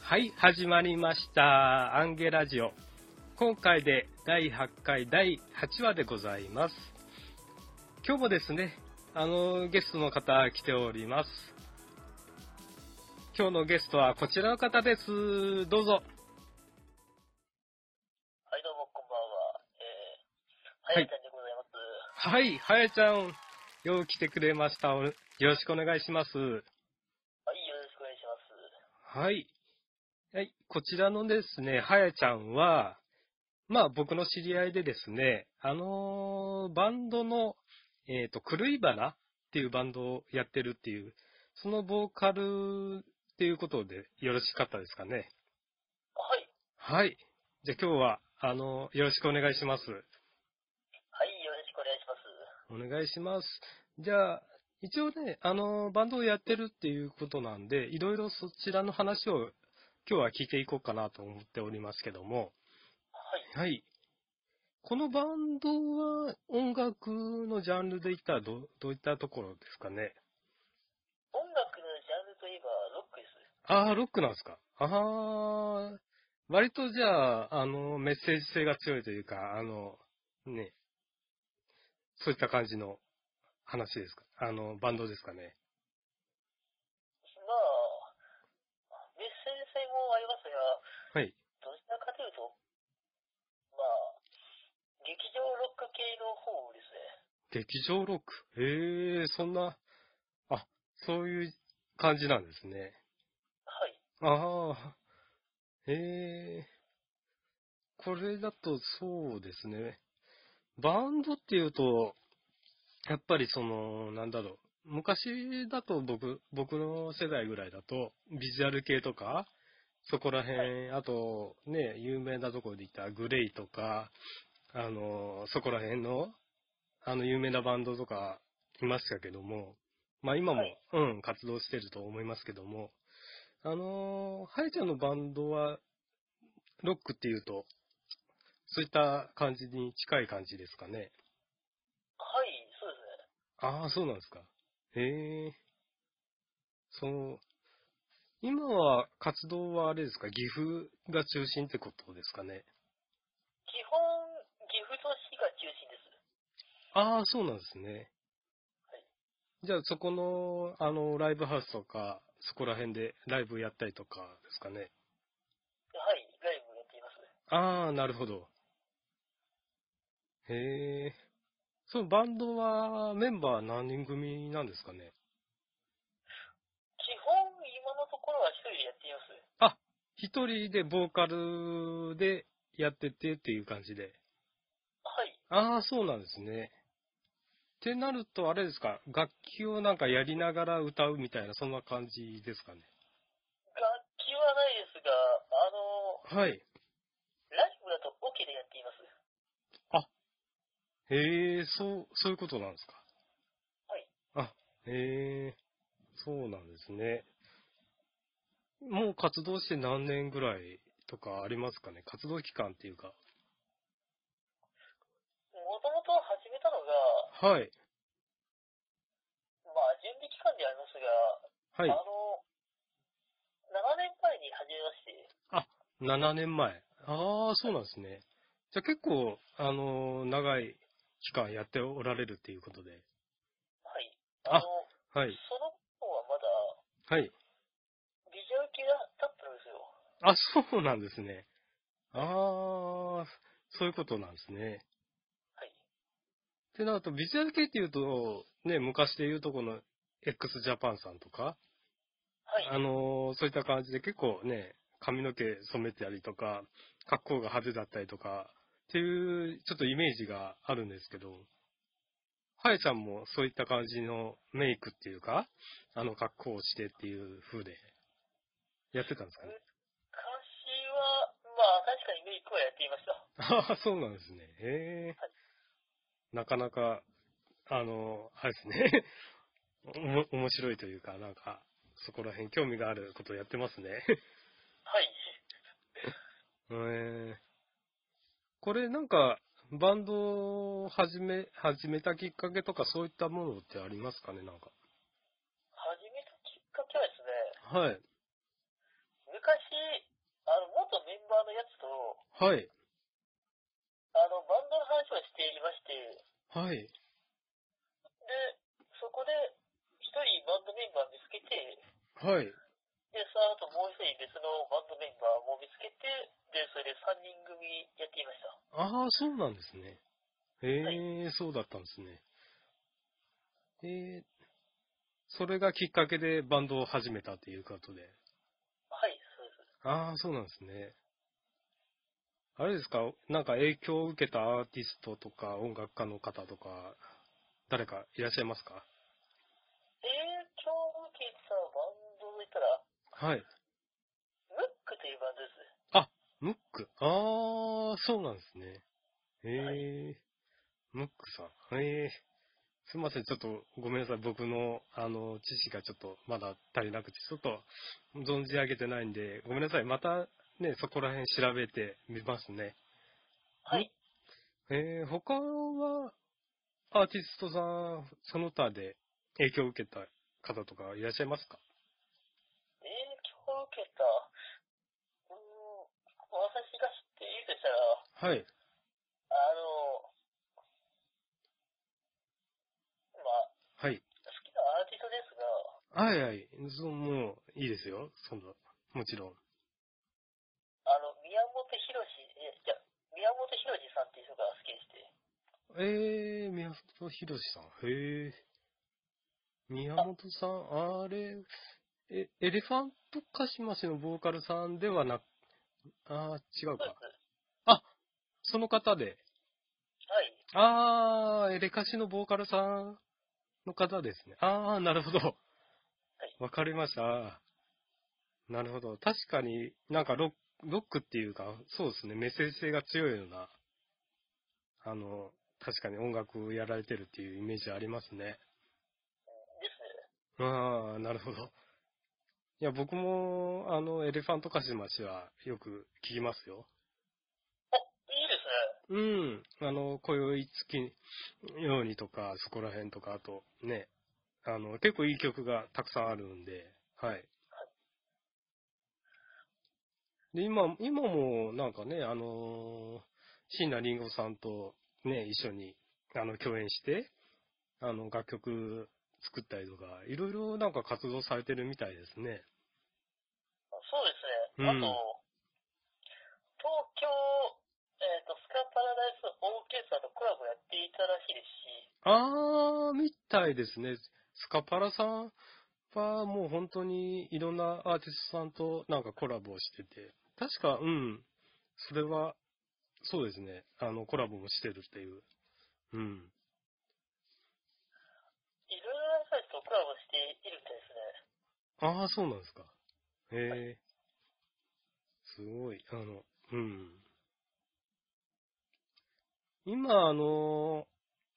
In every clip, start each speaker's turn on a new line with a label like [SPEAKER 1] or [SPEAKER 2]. [SPEAKER 1] はい、始まりました。アンゲラジオ。今回で第8回、第8話でございます。今日もですね、あの、ゲストの方来ております。今日のゲストはこちらの方です。どうぞ。
[SPEAKER 2] はい、どうも、こんばんは。えー、は
[SPEAKER 1] はい
[SPEAKER 2] やちゃんでございます。
[SPEAKER 1] はい、はやちゃん、よう来てくれました。およろしくお願いします。
[SPEAKER 2] はい、よろしくお願いします。
[SPEAKER 1] はい。はい、こちらのですね、はやちゃんは、まあ僕の知り合いでですね、あのーバンドの、えっ、と、狂い花っていうバンドをやってるっていう、そのボーカルっていうことでよろしかったですかね。
[SPEAKER 2] はい、
[SPEAKER 1] はい。じゃあ今日は、あのーよろしくお願いします。
[SPEAKER 2] はい、よろしくお願いします。
[SPEAKER 1] お願いします。じゃあ、一応ね、あのーバンドをやってるっていうことなんで、いろいろそちらの話を今日は聞いていこうかなと思っておりますけども、
[SPEAKER 2] は
[SPEAKER 1] は
[SPEAKER 2] い、
[SPEAKER 1] い。このバンドは音楽のジャンルで言ったらどどういったところですかね。
[SPEAKER 2] 音楽のジャンルといえば、ロックです。
[SPEAKER 1] ああ、ロックなんですか。ああ、割とじゃあ、あの、メッセージ性が強いというか、あの、ね、そういった感じの話ですか。あの、バンドですかね。
[SPEAKER 2] まあ、メッセージ性もありますが、
[SPEAKER 1] はい。
[SPEAKER 2] どちらかというと、まあ、劇場ロック系の方ですね。
[SPEAKER 1] 劇場ロック。へえ、そんな、あ、そういう感じなんですね。
[SPEAKER 2] はい、
[SPEAKER 1] ああ、ええこれだとそうですね。バンドっていうと、やっぱりその、なんだろう。昔だと僕、僕の世代ぐらいだと、ビジュアル系とか、そこら辺、あと、ね、有名なところで言ったらグレイとか、あの、そこら辺の、あの、有名なバンドとか、いましたけども、まあ今も、
[SPEAKER 2] はい
[SPEAKER 1] うん、活動してると思いますけども、あのー、はやちゃんのバンドは、ロックっていうと、そういった感じに近い感じですかね。
[SPEAKER 2] はい、そうですね。
[SPEAKER 1] ああ、そうなんですか。へえ。そう。今は活動はあれですか、岐阜が中心ってことですかね。
[SPEAKER 2] 基本、岐阜都市が中心です。
[SPEAKER 1] ああ、そうなんですね
[SPEAKER 2] はい。
[SPEAKER 1] じゃあそこの、あの、ライブハウスとか、そこら辺でライブやったりとかですかね。
[SPEAKER 2] はい、ライブやっています。
[SPEAKER 1] ああ、なるほど。へえ。そのバンドはメンバー何人組なんですかね
[SPEAKER 2] 基本、今のところは一人でやっています。
[SPEAKER 1] 一人でボーカルでやっててっていう感じで。
[SPEAKER 2] はい。
[SPEAKER 1] ああ、そうなんですね。ってなると、あれですか、楽器をなんかやりながら歌うみたいな、そんな感じですかね。
[SPEAKER 2] 楽器はないですが、あの、
[SPEAKER 1] はい。
[SPEAKER 2] ライブだとオケでやっています。
[SPEAKER 1] へえ、そう、そういうことなんですか。
[SPEAKER 2] はい。
[SPEAKER 1] あ、へえ、そうなんですね。もう活動して何年ぐらいとかありますかね活動期間っていうか。
[SPEAKER 2] もともと始めたのが、
[SPEAKER 1] はい。
[SPEAKER 2] まあ、準備期間であります
[SPEAKER 1] はい
[SPEAKER 2] が、あ。の、7年前に始めまして、
[SPEAKER 1] 7年前。ああ、そうなんですね。じゃあ結構、あのー長い期間やっておられるっていうことで。
[SPEAKER 2] はい。
[SPEAKER 1] あ
[SPEAKER 2] あの、
[SPEAKER 1] はい。
[SPEAKER 2] その頃はまだ、
[SPEAKER 1] はい。
[SPEAKER 2] ビジュアル系だったんですよ。
[SPEAKER 1] あ、そうなんですね。ああ、そういうことなんですね。
[SPEAKER 2] はい。
[SPEAKER 1] ってなると、ビジュアル系っていうと、ね、昔で言うとこの x ジャパンさんとか、
[SPEAKER 2] はい。
[SPEAKER 1] あのーそういった感じで結構ね、髪の毛染めてたりとか、格好が派手だったりとか、っていう、ちょっとイメージがあるんですけど、はやちゃんもそういった感じのメイクっていうか、あの格好をしてっていう風で、やってたんですかね。
[SPEAKER 2] 昔は、まあ、確かにメイクはやっていまし
[SPEAKER 1] あ
[SPEAKER 2] た。
[SPEAKER 1] あ、そうなんですね。へえ
[SPEAKER 2] はい。
[SPEAKER 1] なかなか、あの、あれですね。 おも面白いというか、なんか、そこら辺興味があることをやってます ね。
[SPEAKER 2] はい。
[SPEAKER 1] えーこれなんか、バンドを始め、始めたきっかけとかそういったものってありますかねなんか。
[SPEAKER 2] 始めたきっかけ
[SPEAKER 1] は
[SPEAKER 2] はですね、
[SPEAKER 1] い。
[SPEAKER 2] 昔、ったメンバーのやつと、
[SPEAKER 1] はい。
[SPEAKER 2] あの、バンドの話をしていま
[SPEAKER 1] はい。
[SPEAKER 2] して、で、そこで、一人バンドメンバー見つけて、
[SPEAKER 1] はい。
[SPEAKER 2] で、その後もう一人別のバンドメンバーも見つけて、で、それで3人組やっていました。
[SPEAKER 1] ああ、そうなんですね。へえ、そうだったんですね。えー、それがきっかけでバンドを始めたっていうことで。
[SPEAKER 2] はい、そうです。
[SPEAKER 1] ああ、そうなんですね。あれですか、なんか影響を受けたアーティストとか音楽家の方とか、誰かいらっしゃいますか
[SPEAKER 2] 影響を受けたバンドで言ったら、
[SPEAKER 1] はい。
[SPEAKER 2] ムックというバンドです。
[SPEAKER 1] ムック。ああ、そうなんですね。へえ、ムックさん。へえ、すいません、ちょっとごめんなさい。僕の、あの、知識がちょっとまだ足りなくて、ちょっと存じ上げてないんで、ごめんなさい。またね、そこら辺調べてみますね。
[SPEAKER 2] はい。
[SPEAKER 1] えー、他は、アーティストさん、その他で影響を受けた方とかいらっしゃいますか
[SPEAKER 2] 影響を受けた、うーん、私が知っているとしたら、
[SPEAKER 1] はい。
[SPEAKER 2] あの、まあ、
[SPEAKER 1] はい。
[SPEAKER 2] 好きなアーティストですが、
[SPEAKER 1] はいはい。そもう、いいですよ。その、もちろん。
[SPEAKER 2] あの、宮本浩次、え、じゃ宮本浩次さんっていう人が好きでして、
[SPEAKER 1] えー、宮本浩さん。へえ。宮本さん、あれ、え、エレファントカシマシのボーカルさんではなく、あー、違う
[SPEAKER 2] そう
[SPEAKER 1] か
[SPEAKER 2] で。す。
[SPEAKER 1] その方で。
[SPEAKER 2] はい。
[SPEAKER 1] あー、エレカシのボーカルさんの方ですね。あー、なるほど。わかりました。なるほど。確かになんかロックロックっていうか、そうですね、メッセージ性が強いような、あの、確かに音楽をやられてるっていうイメージありますね。
[SPEAKER 2] ですね。
[SPEAKER 1] ああ、なるほど。いや、僕も、あの、エレファントカシマシはよく聞きますよ。
[SPEAKER 2] いいです
[SPEAKER 1] う
[SPEAKER 2] ね。
[SPEAKER 1] ん。あの、今宵月ようにとか、そこら辺とか、あと、ね。あの、結構いい曲がたくさんあるんで、はい。で、今、今も、なんかね、あのー、椎名林檎さんと、ね、一緒に、あの、共演して、あの、楽曲作ったりとか、いろいろなんか活動されてるみたいですね。
[SPEAKER 2] そうですね。あ
[SPEAKER 1] うん
[SPEAKER 2] と、東京、えっ、と、スカパラダイスオーケストラとコラボやっていたらしいですし、
[SPEAKER 1] あー、みたいですね。スカパラさんはもう本当にいろんなアーティストさんとなんかコラボをしてて、確か、うん、それは、そうですね、あの、コラボもしてるっていう。うん。
[SPEAKER 2] いろいろな人とコラボしているみたいですね。
[SPEAKER 1] ああ、そうなんですか。へえ。すごい、あの、うん。今、あの、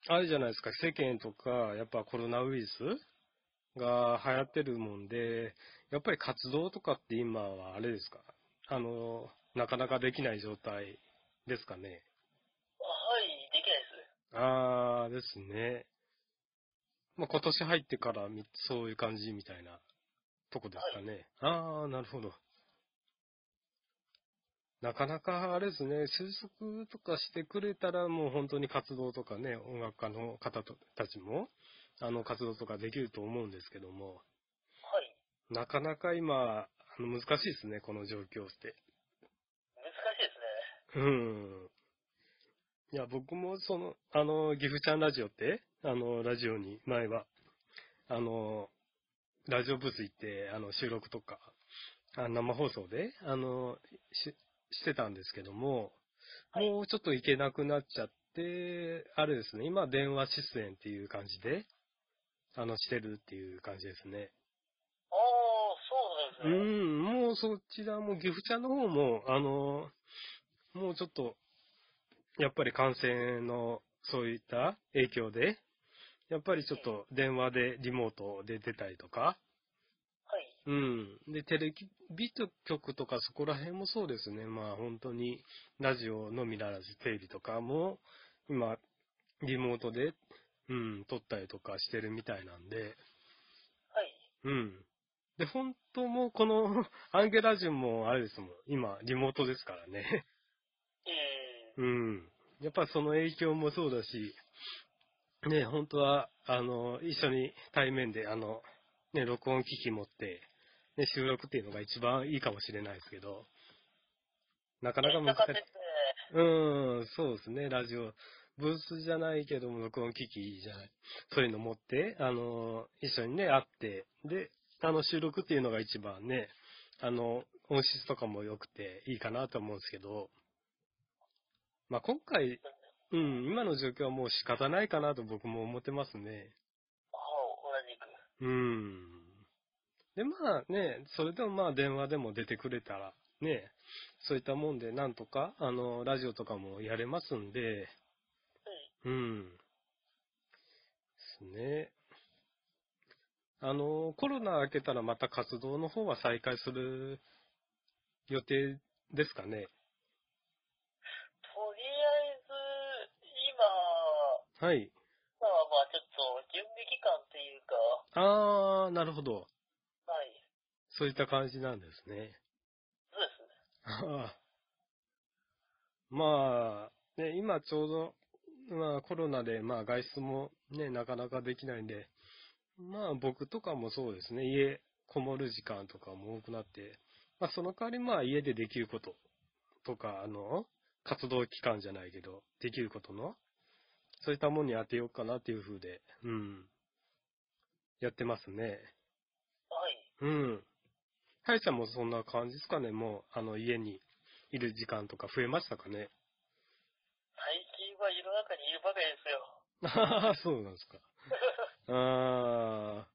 [SPEAKER 1] あれじゃないですか、世間とか、やっぱコロナウイルスが流行ってるもんで、やっぱり活動とかって今はあれですか、あの、なかなかできない状態ですかね。
[SPEAKER 2] はい、できないです。
[SPEAKER 1] ああ、ですね。まあ、今年入ってからみそういう感じみたいなとこですかね。ああ、なるほど。なかなかあれですね、就職とかしてくれたらもう本当に活動とかね、音楽家の方とたちも、あの活動とかできると思うんですけども、
[SPEAKER 2] はい、
[SPEAKER 1] なかなか今、あの難しいですね、この状況って。
[SPEAKER 2] 難しいですね。
[SPEAKER 1] うん。いや、僕もその、あの、ギフちゃんラジオって、あの、ラジオに前は、あの、ラジオブース行って、あの、収録とか、あ生放送で、あの、し、してたんですけども、
[SPEAKER 2] はい
[SPEAKER 1] もうちょっと行けなくなっちゃって、あれですね、今、電話出演っていう感じで、あの、してるっていう感じですね。
[SPEAKER 2] ああ、そう
[SPEAKER 1] う
[SPEAKER 2] なんで
[SPEAKER 1] ん、
[SPEAKER 2] すね。
[SPEAKER 1] もうそちらも、岐阜ちゃんの方も、あの、もうちょっと、やっぱり感染の、そういった影響で、やっぱりちょっと電話でリモートで出たりとか、
[SPEAKER 2] はい、
[SPEAKER 1] うん。で、テレビ局とかそこら辺もそうですね。まあ本当に、ラジオのみならずテレビとかも、今、リモートで、うん、撮ったりとかしてるみたいなんで、
[SPEAKER 2] はい。
[SPEAKER 1] うん。で、本当もうこの アンゲラジュンもあれですもん。今、リモートですからね。
[SPEAKER 2] うん。
[SPEAKER 1] うん。やっぱその影響もそうだし、ね、本当は、あの、一緒に対面で、あの、ね、録音機器持って、ね、収録っていうのが一番いいかもしれないですけど、なかなか難しい。
[SPEAKER 2] です
[SPEAKER 1] う
[SPEAKER 2] ね。
[SPEAKER 1] ーん、そうですね、ラジオ。ブースじゃないけども、録音機器じゃない。そういうの持って、あの、一緒にね、会って、で、あの、収録っていうのが一番ね、あの、音質とかも良くていいかなと思うんですけど、まあ、今回、うん、今の状況はもう仕方ないかなと僕も思ってますね。
[SPEAKER 2] ほう、同じく。
[SPEAKER 1] うん。で、まあね、それでもまあ電話でも出てくれたら、ね、そういったもんで、なんとか、あの、ラジオとかもやれますんで、うん。ですね。あの、コロナ明けたらまた活動の方は再開する予定ですかね。
[SPEAKER 2] とりあえず、今
[SPEAKER 1] はい。
[SPEAKER 2] まあまあちょっと準備期間っていうか、
[SPEAKER 1] あー、なるほど。
[SPEAKER 2] はい。
[SPEAKER 1] そういった感じなんですね。
[SPEAKER 2] そうですね。
[SPEAKER 1] ああ まあ、ね、今ちょうど、まあコロナで、まあ外出もね、なかなかできないんで、まあ僕とかもそうですね、家こもる時間とかも多くなって、まあその代わりまあ家でできることとか、あの、活動期間じゃないけど、できることの、そういったものに当てようかなっていう風で、うん、やってますね。
[SPEAKER 2] はい。
[SPEAKER 1] うん。はやちゃんもそんな感じですかねもう、あの、家にいる時間とか増えましたかね
[SPEAKER 2] 最近は世の中にいるばかりです
[SPEAKER 1] ああ、そ
[SPEAKER 2] よ。
[SPEAKER 1] うなんですか。 あ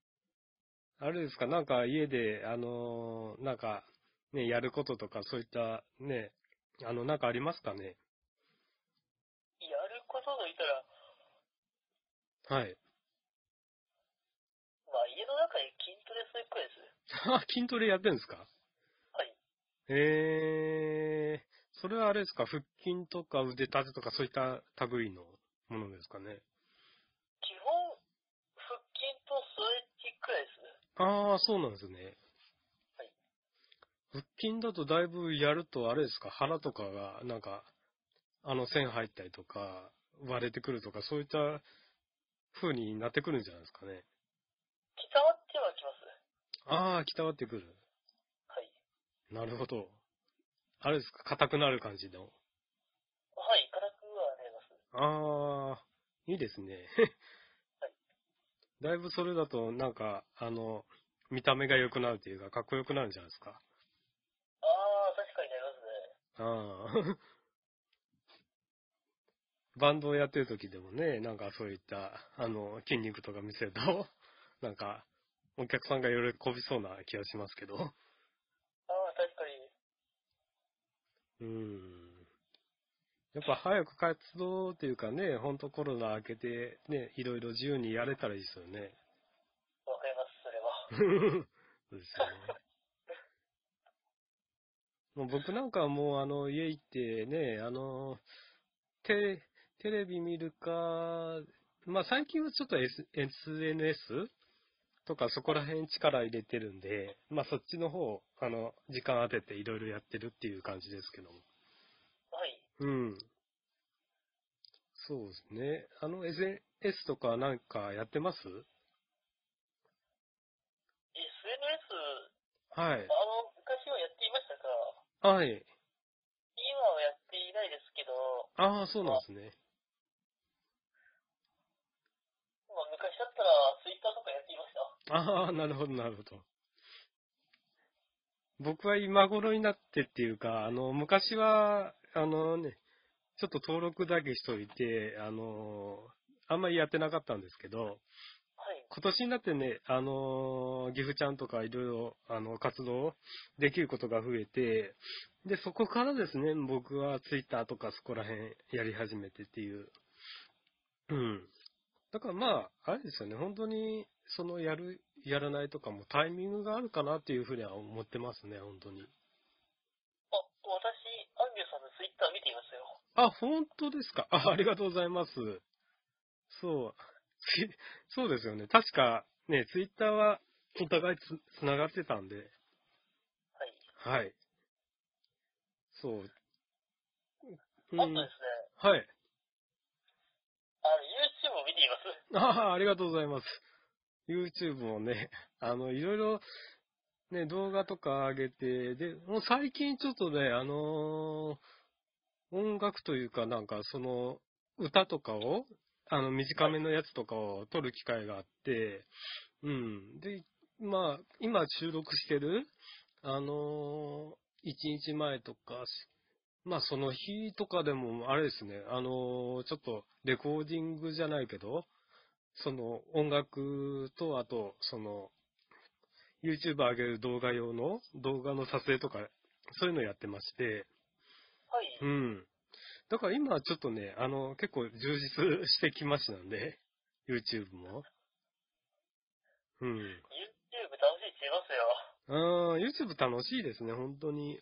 [SPEAKER 1] あ。あれですか、なんか家で、あのーなんか、ね、やることとか、そういった、ね、あの、なんかありますかね
[SPEAKER 2] やることといったら、
[SPEAKER 1] はい。
[SPEAKER 2] まあ家の中で筋トレするくらいです。
[SPEAKER 1] あ 筋トレやってるんですか
[SPEAKER 2] はい。
[SPEAKER 1] ええー、それはあれですか、腹筋とか腕立てとか、そういった類のものですかね
[SPEAKER 2] 基本、腹筋とストレッチくらいです。
[SPEAKER 1] ああ、そうなんですね。
[SPEAKER 2] はい
[SPEAKER 1] 腹筋だとだいぶやると、あれですか、腹とかが、なんか、あの、線入ったりとか、割れてくるとか、そういった風になってくるんじゃないですかね。
[SPEAKER 2] 伝わってはきます。
[SPEAKER 1] ああ、伝わってくる。
[SPEAKER 2] はい。
[SPEAKER 1] なるほど。あれですか、硬くなる感じの。
[SPEAKER 2] はい、辛くはなります。
[SPEAKER 1] ああ、いいですね。 だいぶそれだと、なんか、あの、見た目が良くなるというか、かっこよくなるんじゃないですか。
[SPEAKER 2] ああ、確かになりますね。
[SPEAKER 1] ああ。 バンドをやってる時でもね、なんかそういった、あの、筋肉とか見せると、 なんか、お客さんが喜びそうな気がしますけど。
[SPEAKER 2] ああ、確かに。
[SPEAKER 1] うん。やっぱ早く活動っていうかね、ほんとコロナ明けて、ね、いろいろ自由にやれたらいいですよね。
[SPEAKER 2] わかります、それは。
[SPEAKER 1] そうですよね。もう僕なんかはもうあの家行ってね、あの、テレ、テレビ見るか、まあ最近はちょっと、S、SNS とかそこら辺力入れてるんで、まあそっちの方、あの、時間当てていろいろやってるっていう感じですけども。
[SPEAKER 2] はい。
[SPEAKER 1] うん。そうですね。あの SNS とかなんかやってます
[SPEAKER 2] SNS、
[SPEAKER 1] はい。
[SPEAKER 2] あの、昔はやっていましたが、
[SPEAKER 1] はい。
[SPEAKER 2] 今はやっていないですけど、
[SPEAKER 1] ああ、そうなんですね。
[SPEAKER 2] まあ、昔だったら、ツイッターとかやっていました。
[SPEAKER 1] ああ、なるほど、なるほど。僕は今頃になってっていうか、あの、昔は、あのね、ちょっと登録だけしといて、あの、あんまりやってなかったんですけど、
[SPEAKER 2] はい。
[SPEAKER 1] 今年になってね、あの、ギフちゃんとかいろいろ、あの、活動できることが増えて、で、そこからですね、僕はツイッターとかそこら辺やり始めてっていう。うん。だからまあ、あれですよね、本当に、その、やる、やらないとかもタイミングがあるかなっていうふうには思ってますね、本当に。
[SPEAKER 2] あ、私、アンビューさんのツイッター見ていますよ。
[SPEAKER 1] あ、本当ですか。あ、ありがとうございます。 そう。ついそうですよね。確か、ね、ツイッターは、お互いつ、つながってたんで、
[SPEAKER 2] はい。
[SPEAKER 1] はい。そう。う
[SPEAKER 2] あと
[SPEAKER 1] ん、
[SPEAKER 2] で
[SPEAKER 1] はい。
[SPEAKER 2] すね、あの、YouTube を見ています。
[SPEAKER 1] あ あ、ありがとうございます。YouTube もね、 あの、いろいろ、ね、動画とか上げて、で、もう最近ちょっとね、あのー音楽というかなんか、その、歌とかを、あの、短めのやつとかを撮る機会があって、うん。で、まあ、今収録してる、あのー、1日前とかし、まあその日とかでも、あれですね、あのー、ちょっとレコーディングじゃないけど、その音楽と、あと、その、YouTube 上げる動画用の動画の撮影とか、そういうのやってまして、
[SPEAKER 2] はい。
[SPEAKER 1] うん。だから今はちょっとね、あの、結構充実してきましたんで、YouTube も。うん。
[SPEAKER 2] YouTube 楽しいって言いますよ。
[SPEAKER 1] うん、YouTube 楽しいですね、本当に。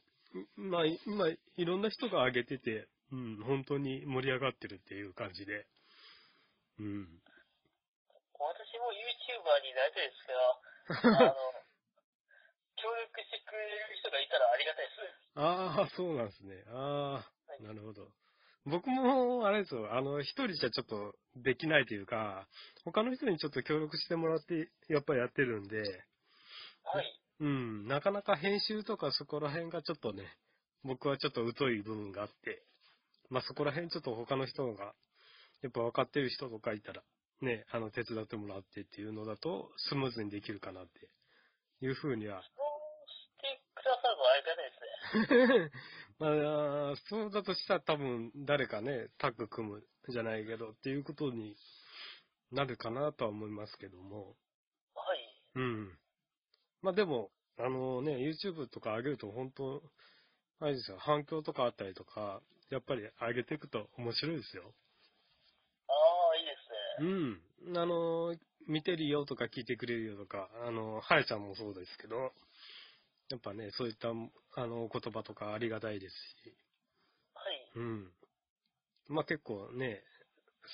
[SPEAKER 1] うまあ、い今、いろんな人が上げてて、うん、本当に盛り上がってるっていう感じで。うん。
[SPEAKER 2] 私も YouTuber になりたいですけど、 あの、協力してくれる人がいたらありがたいです。
[SPEAKER 1] ああ、そうなんですね。あ
[SPEAKER 2] は
[SPEAKER 1] あ、
[SPEAKER 2] い
[SPEAKER 1] なるほど。僕も、あれですよ、あの、一人じゃちょっとできないというか、他の人にちょっと協力してもらって、やっぱりやってるんで、
[SPEAKER 2] はい。
[SPEAKER 1] うん、なかなか編集とかそこら辺がちょっとね、僕はちょっと疎い部分があって、まあそこら辺ちょっと他の人が、やっぱ分かってる人とかいたら、ね、あの手伝ってもらってっていうのだとスムーズにできるかなっていうふうには。
[SPEAKER 2] そうしてくださるのはありがたいですね。
[SPEAKER 1] まあ、そうだとしたら多分誰かね、タッグ組むじゃないけどっていうことになるかなとは思いますけども。
[SPEAKER 2] はい。
[SPEAKER 1] うん。まあでも、あのね、YouTube とか上げると本当、あれですよ、反響とかあったりとか、やっぱり上げていくと面白いですよ。
[SPEAKER 2] ああ、いいです
[SPEAKER 1] う
[SPEAKER 2] ね。
[SPEAKER 1] ん。あの、見てるよとか聞いてくれるよとか、あの、はやちゃんもそうですけど、やっぱね、そういった、あの、お言葉とかありがたいですし、
[SPEAKER 2] はい。
[SPEAKER 1] うん。まあ結構ね、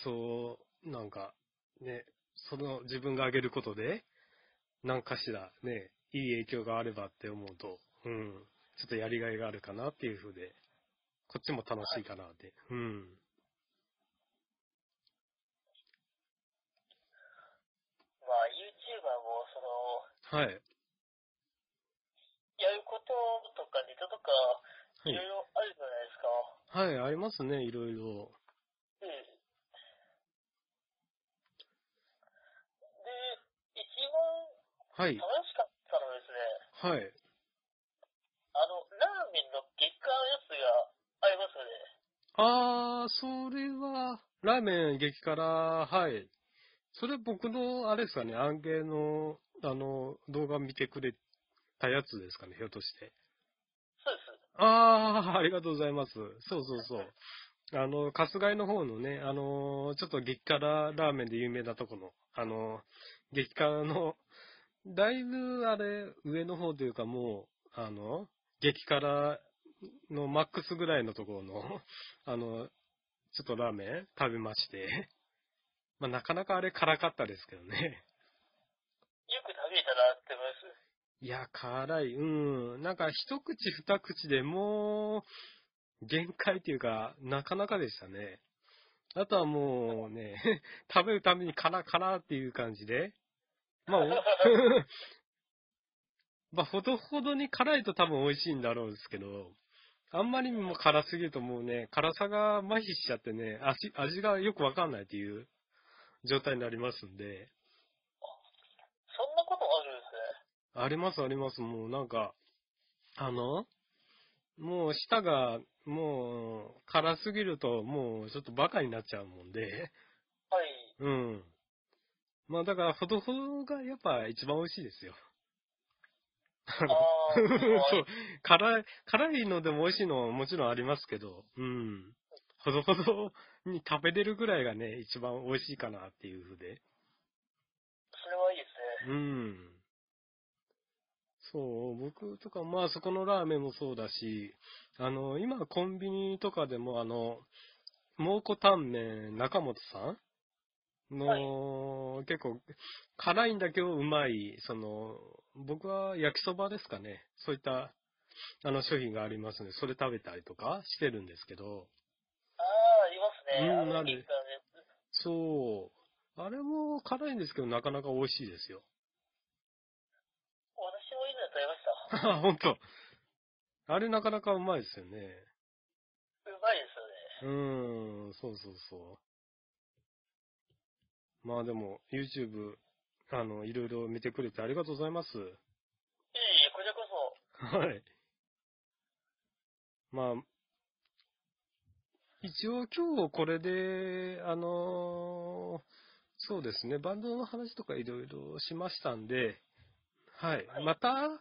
[SPEAKER 1] そう、なんか、ね、その自分が上げることで、何かしらね、いい影響があればって思うと、うん、ちょっとやりがいがあるかなっていうふうで、こっちも楽しいかなって、うん。
[SPEAKER 2] まあ、YouTuber も、その、
[SPEAKER 1] はい。
[SPEAKER 2] やることとかネタとか、
[SPEAKER 1] はい
[SPEAKER 2] ろ
[SPEAKER 1] い
[SPEAKER 2] い。ろあるじゃないですか。
[SPEAKER 1] はい、ありますね、いろいろ。
[SPEAKER 2] うん。で、一番
[SPEAKER 1] はい。
[SPEAKER 2] 楽しかったのはですね、
[SPEAKER 1] はい。
[SPEAKER 2] あの、ラーメンの月間やつがありますよ
[SPEAKER 1] あー、
[SPEAKER 2] ね。
[SPEAKER 1] それは、ラーメン激辛、はい。それ僕の、あれですかね、案件の、あの、動画見てくれたやつですかね、ひょっとして。
[SPEAKER 2] そうです。
[SPEAKER 1] あー、ありがとうございます。そうそうそう。あの、春日井の方のね、あの、ちょっと激辛ラーメンで有名なとこの、あの、激辛の、だいぶあれ、上の方というかもう、あの、激辛のマックスぐらいのところの、 あの、ちょっとラーメン食べまして、まあ、なかなかあれ辛かったですけどね。
[SPEAKER 2] よく食べたなって思います。
[SPEAKER 1] いや、辛い。うん。なんか、一口二口でもう、限界っていうか、なかなかでしたね。あとはもうね、 食べるために辛辛っていう感じで。まあ、お まあ、ほどほどに辛いと多分美味しいんだろうですけど、あんまりにも辛すぎるともうね、辛さが麻痺しちゃってね、味、味がよくわかんないっていう状態になりますんで。
[SPEAKER 2] そんなことあるんですね。
[SPEAKER 1] ありますあります。もうなんか、あの、もう舌が、もう、辛すぎると、もうちょっとバカになっちゃうもんで、
[SPEAKER 2] はい。
[SPEAKER 1] うん。まあだから、ほどほどがやっぱ一番美味しいですよ。
[SPEAKER 2] ああ、
[SPEAKER 1] そう
[SPEAKER 2] はい。、
[SPEAKER 1] 辛い、辛いのでも美味しいのはもちろんありますけど、うん。ほどほどに食べれるぐらいがね、一番美味しいかなっていうふうで。
[SPEAKER 2] それはいいですね。
[SPEAKER 1] うん。そう、僕とか、まあそこのラーメンもそうだし、あの、今コンビニとかでもあの、蒙古タンメン中本さんの、結構、辛いんだけどうまい、その、僕は焼きそばですかね。そういった、あの、商品がありますので、それ食べたりとかしてるんですけど、
[SPEAKER 2] ああ、ありますね。
[SPEAKER 1] うん
[SPEAKER 2] あの
[SPEAKER 1] ある
[SPEAKER 2] 玄関のやつ
[SPEAKER 1] そう、あれも辛いんですけど、なかなか美味しいですよ。
[SPEAKER 2] 私もいいの食べました。
[SPEAKER 1] あ、ほんと。あれなかなかうまいですよね。
[SPEAKER 2] うまいですよね。
[SPEAKER 1] うーん、そうそうそう。まあでも、YouTube、あの、いろいろ見てくれてありがとうございます。
[SPEAKER 2] いえいえ、こちらこそ。
[SPEAKER 1] はい。まあ、一応今日これで、あのーそうですね、バンドの話とかいろいろしましたんで、はい
[SPEAKER 2] は。い
[SPEAKER 1] また、あ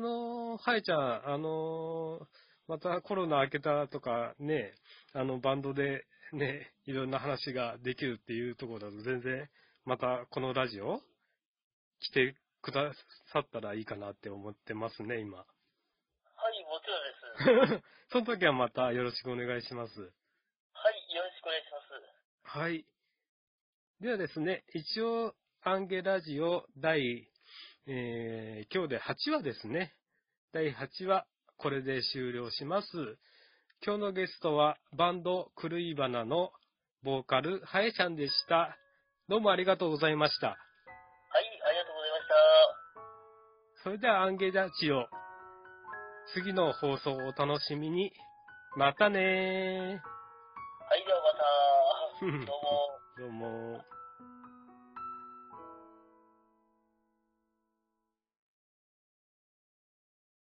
[SPEAKER 1] のーはいちゃん、あのーまたコロナ明けたとかね、あの、バンドでね、いろんな話ができるっていうところだと全然、またこのラジオ来てくださったらいいかなって思ってますね、今。
[SPEAKER 2] はい、もちろんです。
[SPEAKER 1] その時はまたよろしくお願いします。
[SPEAKER 2] はい、よろしくお願いします。
[SPEAKER 1] はい。ではですね、一応、アンゲラジオ第、えー今日で8話ですね。第8話、これで終了します。今日のゲストは、バンド、狂い花のボーカル、はえちゃんでした。どうもありがとうございました。
[SPEAKER 2] はい、ありがとうござ
[SPEAKER 1] それ
[SPEAKER 2] いました。
[SPEAKER 1] では、アンゲラジオ、次の放送をお楽しみに。またね
[SPEAKER 2] はい、では
[SPEAKER 1] ー。
[SPEAKER 2] また。ど
[SPEAKER 1] どう
[SPEAKER 2] うも。
[SPEAKER 1] も。